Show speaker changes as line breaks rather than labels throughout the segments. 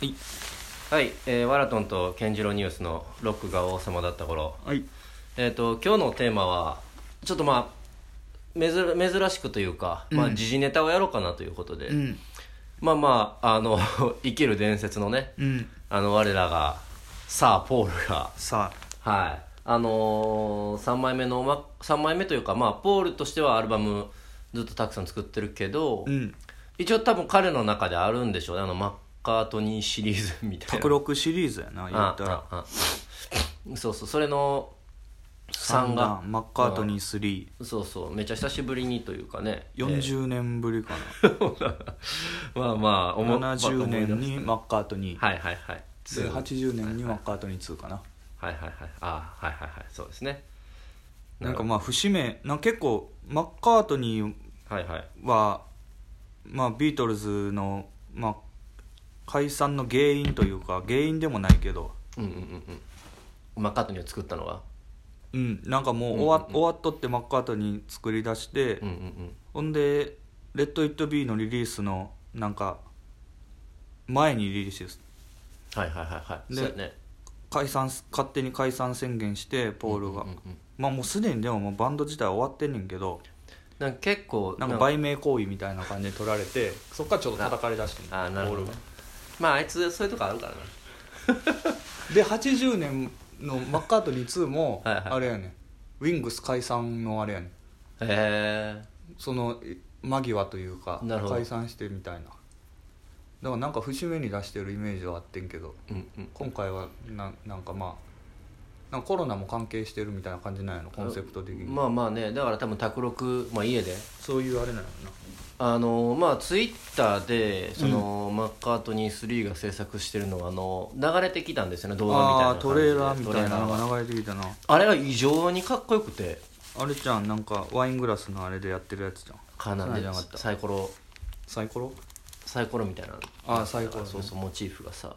はい
はい、えーワラトンとケンジロニュースのロックが王様だった頃、
はい
えー、と今日のテーマはちょっとまあ珍珍しくというか、まあ、
うん
時事ネタをやろうかなということで、
うん
まあまああの 生きる伝説のね
うん
あの我らがさあポールが
さ
はいあのー、3枚目の、ま、3枚目というか、まあ、ポールとしてはアルバムずっとたくさん作ってるけど、
あうん
一応多分彼の中であるんでしょうねあのマッカートニーシリーズみたいな
卓録シリーズやな言
あ
ったら
あああそうそうそれの
三
3が
がマッカートニー
そうそうめちゃ久しぶりにというかね
340年ぶりか
まあまあ
な、
思
70年
ま
にマッカートニー、
あはいはいはい
で
はい
80年にマッカートニー2かな、
はいはいあはいはいはいそうですね
なんかまあ節目なんか結構マッカートニー
はいはい
は、まあ、ビートルズの、まあ、解散の原因というか原因でもないけど
うんうんうんうんマッカートニーを作ったのは
うんなんかもう終わ,、終わっとってマッカートニー作り出して、
うんうんうん
ほんで「レッド・イット・ビー」のリリースのなんか前にリリースです
はいはいはいはい
で
そうやね
解散す勝手に解散宣言してポールが、
うんうん
まあもうすでにでももうバンド自体は終わってんねんけど
なんか結構
なんか売名行為みたいな感じで取ら れてそっからちょっと叩かれ出してん
あなるほど
ポールが
まああいつそういうとこあるからな
で80年のマッカートニー2も
はいはい
あれやねんウィングス解散のあれやねん
へえ
そのい間際というか
なるほど
解散してみたいなだからなんか節目に出してるイメージはあってんけど
うんうん
今回はななんかまあなんかコロナも関係してるみたいな感じなんやろコンセプト的に、
まあまあねだから多分卓録、まあ、家で
そういうあれなんや
あのまあツイッターでその、マッカートニー3が制作してるのがあの流れてきたんですよね動画
ろな
みたいな
ああートレーラーみたい
トレ
な
ーラー
のが流れてきたな
あれが異常にかっこよくて
あれちゃんなんかワイングラスのあれでやってるやつじゃん
かな
そうなん
り
じゃなかった
サイコロ
サイコロ
サイコロみたいな
あーサイコロね
そうそうモチーフがさ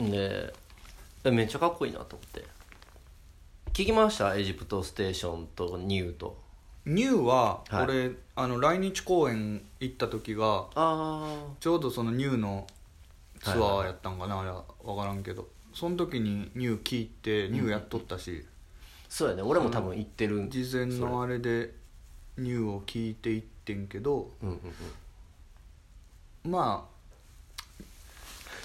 うん
でめっちゃかっこいいなと思って聞きましたエジプトステーションとニューと
ニューは
はい
俺、あの来日公演行った時が
あ
ちょうどそのニューのツアーやったんかな、あれは分からんけどその時にニュー聞いてニューやっとったし、
あそうやね俺も多分行ってる
事前のあれでニューを聞いていってんけど
うんうんうん
まあ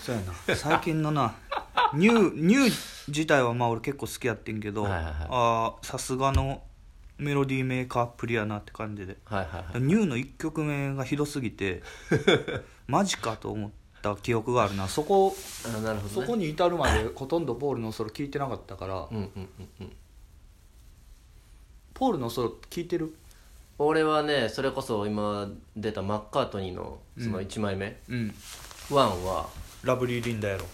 そうやな最近のな ニューニュー自体はまあ俺結構好きやってんけど、
はいはいはい
ああさすがのメロディーメーカーっぷりやなって感じで
はいはいはい
ニューの1曲目がひどすぎ てマジかと思った記憶があるなそこ
あーなるほど、ね、
そこに至るまでほとんどポールのソロ聞いてなかったから、
うんうんうんうん
ポールのソロ聞いてる
俺はねそれこそ今出たマッカートニーのその1枚目、
うん
ワンは
ラブリー・リンダやろ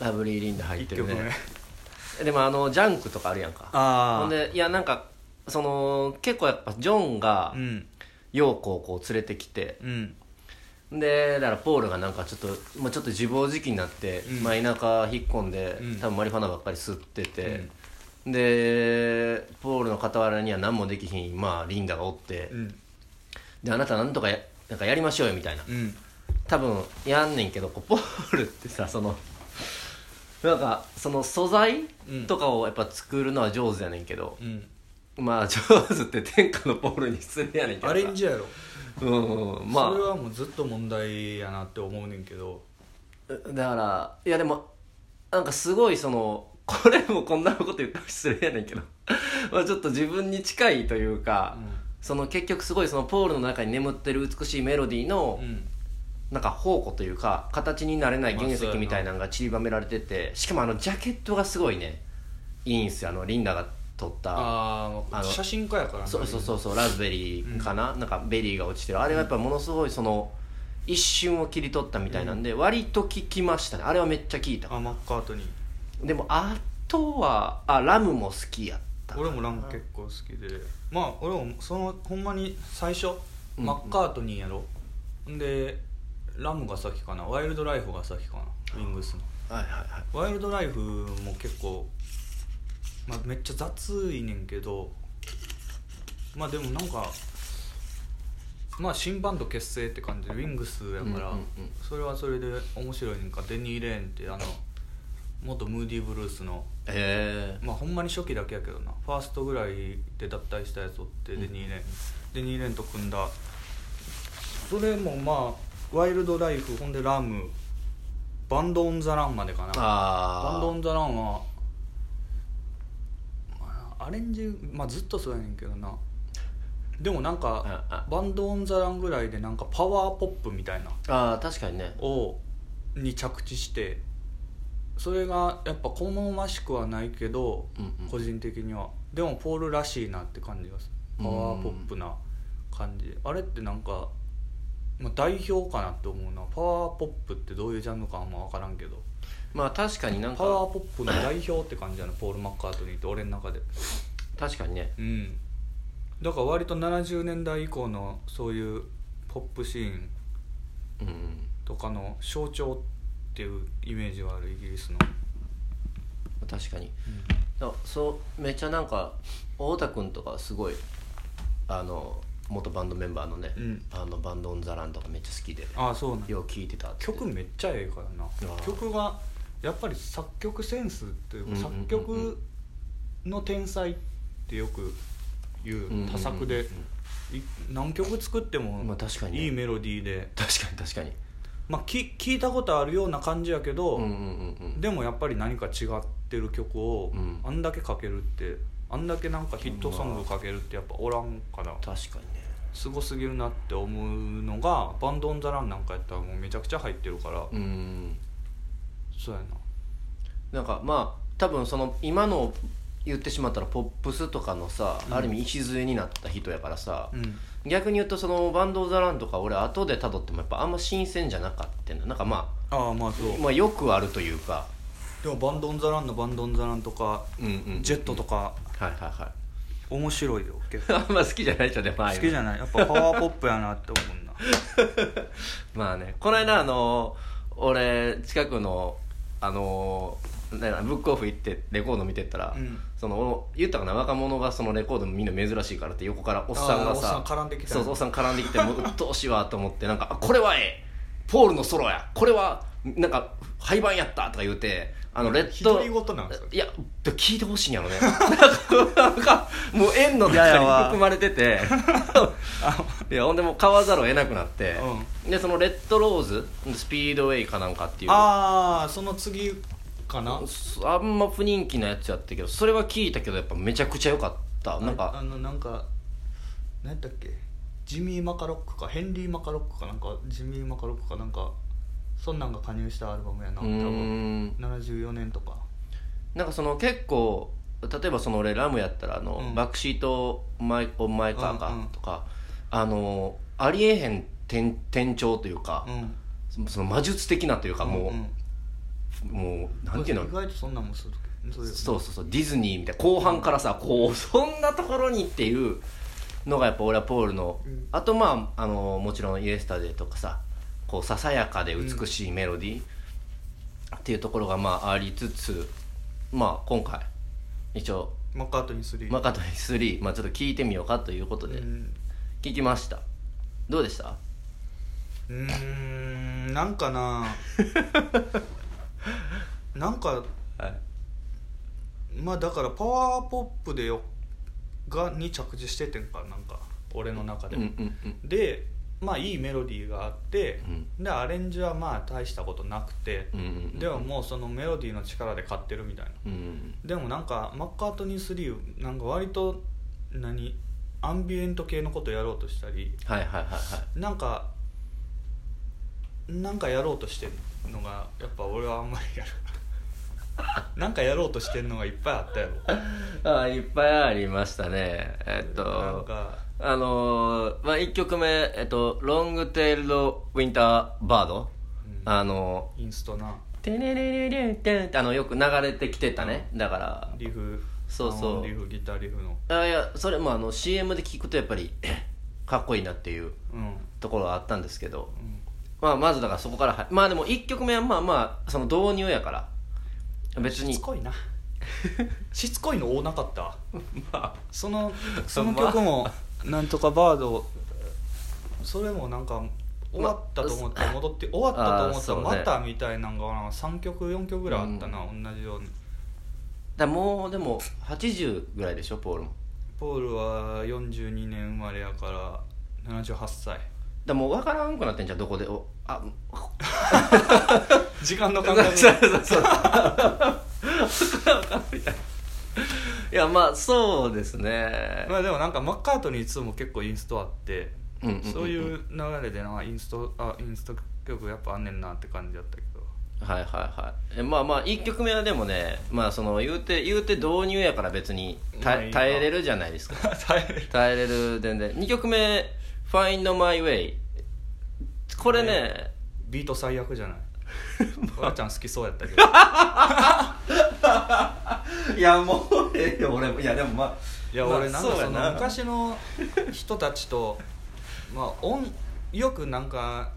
ラブリー・リンで入っ
1
てる
曲目、
ねでもあのジャンクとかあるやんかほ
あ
ん
あ
でいやなんかその結構やっぱジョンが
うん
陽子をこう連れてきて、
うん
でだからポールがなんかちょっともうちょっと自暴自棄になって、
うん
まあ、田舎引っ込んで、
うん
多分マリファナばっかり吸ってて、でポールの傍らには何もできひん、まあ、リンダがおって、
うん
であなたなんとかやなんかやりましょうよみたいな
うん
多分やんねんけどこうポールってさそのなんかその素材
うん
とかをやっぱ作るのは上手やねんけど、
うん
まあ上手って天下のポールに失礼やねんけどさ
アレンジやろ、
うんうんま
それはもうずっと問題やなって思うねんけど
あだからいやでもなんかすごいそのこれもこんなこと言ったら失礼やねんけど まあちょっと自分に近いというか、その結局すごいそのポールの中に眠ってる美しいメロディーの、
うん
なんか宝庫というか形になれない原石みたいなのが散りばめられててしかもあのジャケットがすごいねいいんすよあのリンダが撮った
あ
あ
あ
の
写真家やからな
そうそうそうそうラズベリーかな、なんかベリーが落ちてるあれはやっぱものすごいその一瞬を切り取ったみたいなんで割と聞きましたねあれはめっちゃ聞いた
あマッカートニー
でもあとはあラムも好きやった
俺もラム結構好きでまあ俺もそのほんまに最初マッカートニーやろ、んでラムが先かなワイルドライフが先かなウィングスの
はいはいはい
ワイルドライフも結構、まあ、めっちゃ雑いねんけどまあでもなんかまあ新バンド結成って感じでウィングス
う
やから、
んうんうん
それはそれで面白いんかデニー・レーンってあの元ムーディ・ブルースの
え
まあほんまに初期だけやけどなファーストぐらいで脱退したやつおって
うん
デニー・レーン、デニー・レーンと組んだそれもまあワイルドライフほんでラムバンド・オン・ザ・ランまでかな
ー、ああ
バンド・オン・ザ・ランは、まあ、アレンジ、まあ、ずっとそうやねんけどなでもなん
ああ
かバンド・オン・ザ・ランぐらいでなんかパワーポップみたいな
あー確かにね
をに着地してそれがやっぱ好ましくはないけど、
うんうん
個人的にはでもポールらしいなって感じがするパワーポップな感じあれってなんか、まあ、代表かなって思うなパワーポップってどういうジャンルかあんま分からんけど
まあ確かになん
パワー
か
ポップの代表って感じやなポール・マッカートニーって俺の中で
確かにね
うんだから割と70年代以降のそういうポップシーン
うん
とかの象徴っていうイメージはあるイギリスの、
確かにだそうめっちゃなんか太田君とかすごいあの元バンドメンバーのね、
うん
あのバンドオンザランとかめっちゃ好きで
ああそうなん
よう聴いてたって
曲めっちゃええからな
ー
曲がやっぱり作曲センスっていうか
うんうんうんうん
作曲の天才ってよく言
うんうんうんう
うん多作でい何曲作って
ま
も
あ確かにね
いいメロディーで
確かに確かに
まあ、き聞いたことあるような感じやけど、
うんうんうん
でもやっぱり何か違ってる曲を
うん
あんだけ書けるってあんだけなんかヒットソング書けるってやっぱおらんから
確かにね
すごすぎるなって思うのがバンド・オン・ザ・ランなんかやったらもうめちゃくちゃ入ってるから、
うん
そうやな
なんかまあ多分その今の言ってしまったらポップスとかのさ、
うん
ある意味礎になった人やからさ、
うん
逆に言うとそのバンド・オブザ・ランとか俺後で辿ってもやっぱあんま新鮮じゃなかったんだなんかま
ああまあそう
あ、まあよくあるというか、
でもバンド・オン・ザ・ランのバンド・オン・ザ・ランとか
うんうん
ジェットとか
はいはいはい
面白いよ結 構
あんま好きじゃないでしょでもああい
好
うの
きじゃないやっぱパワーポップやなって思うな
まあねこの間あの俺近くのあのなんやブックオフ行ってレコード見てったら、
うん
その言ったかな若者がそのレコードみんな珍しいからって横からおっさんがさ
あーおっさん絡んできた
そうそうおっさん絡んできてもううっとうしいわと思ってなんかあこれはええポールのソロやこれはなんか廃盤やったとか言うてあのレッド
独り言なんですか
いや聞いてほしいんや ろねなんかなんかもう縁の中に含まれて ていやほんでもう買わざるを得なくなって、でそのレッドローズスピードウェイかなんかっていう
ああその次かな
あんま不人気なやつやったけどそれは聞いたけどやっぱめちゃくちゃ良かったなん
ああ
か
のなんか何やったっけジミー・マカロックかヘンリー・マカロックかなんかジミー・マカロックかなんかそんなんが加入したアルバムやな
う
多
ー
分
ん
74年とか
なんかその結構例えばその俺ラムやったらあの、
うん
バックシートマイオンマイカー
うんうん
かとか、あのありえへん転転調というか
う、ん
その魔術的なというか、も
ん
うもうなんていうの
意外とそんなんもするそういう
そうそうそうディズニーみたいな後半からさこうそんなところにっていうのがやっぱ俺はポールの、
うん
あとまああのもちろん「イエスタデー」とかさこうささやかで美しいメロディーっていうところがまあありつつまあ今回一応
マッカートニー3
マカトニー3、まあ、ちょっと聞いてみようかということで
うん
聞きました、どうでした
うーんなんかな なんか
はい
まあだからパワーポップでよがに着地しててんからなんか俺の中で
うんうんうん
でまあいいメロディーがあって、でアレンジはまあ大したことなくて
う、んうんうん
でももうそのメロディーの力で買ってるみたいな
うんうん
でもなんかマッカートニー3なんか割と何アンビエント系のことやろうとしたり
はいはいはいはい
なんかなんかやろうとしてるのがやっぱ俺はあんまりやる なんかやろうとしてるのがいっぱいあったやろ
あーいっぱいありましたねえっと
なんか
あのーまあ、1曲目、えっと「ロングテールド・ウィンター・バード」
うん
あの
インストな
ー「テレレレレンテン」ってあのよく流れてきてたねだから
リフ
そうそう
あのリフギターリフの
あいやそれもあの CM で聞くとやっぱりかっこいいなっていう
うん
ところはあったんですけど、
うん
まあ、まずだからそこからはまあでも1曲目はまあまあその導入やから別
し
に
つ こいなしつこいの多なかった
まあ
そのその曲も「なんとかバード」それもなんか終わったと思ったら戻って終わったと
あー
思ったら
そ
ま
うね
たみたいなのがなんか3曲4曲ぐらいあったな、同じように
だからもうでも80ぐらいでしょポールも
ポールは42年生まれやから78歳
だからもう分からんくなってんじゃんどこでおあ
時間の
そ
感
う
覚
そうそう分からん分からんみたいないやまあそうですね
まあでもなんかマッカートニー2も結構インストあって、
うんうんうんうん
そういう流れでなインストあインスト曲やっぱあんねんなって感じだったけど
はいはいはいえまあまあ1曲目はでもねまあその言うて言うて導入やから別に
まあ
耐え
いいか
耐えれるじゃないですか
大変
耐えれる全然2曲目「Find My Way」これね
ビート最悪 じゃないおばあちゃん好きそうやったけど
いやもうええよ俺もいやでもまあ
いや
まあ
俺なんか
そうや
その昔の人たちとまあ音よくなんか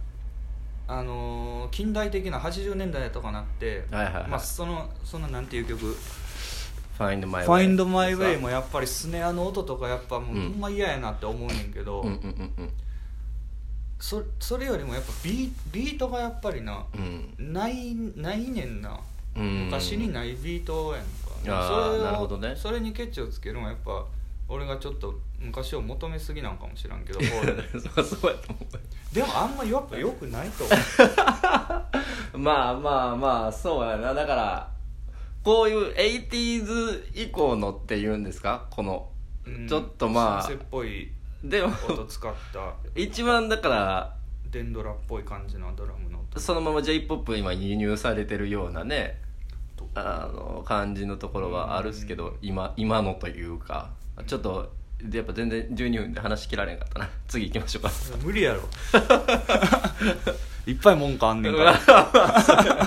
あのー近代的な80年代とかなって、
はいはいはい
まあそのそのなんていう曲
Find My Way
Find My Way もやっぱりスネアの音とかやっぱもう
うん
ほんま嫌やなって思うねんけど、
うんうんうん
そそれよりもやっぱビビートがやっぱりな
うん
ないないねんな
うん
昔にないビートやんか
あー
を
なるほどね
それにケチをつけるのはやっぱ俺がちょっと昔を求めすぎなんかもしらん けど俺
うんそうそうやと思
でもあんまやっぱよくないと思う
う まあまあまあそうやなだからこういう 80s 以降のっていうんですかこの
う ん
ちょっとまあ
先生っぽい
でも
音使った
一番だから
デンドラっぽい感じのドラ ムの音
そのまま j p o p 今輸入されてるようなね
と
あの感じのところはあるっすけど今今のというかちょっとでやっぱ全然12分で話切られんかったな次行きましょうか
無理やろいっぱい文句あんねんから
うわ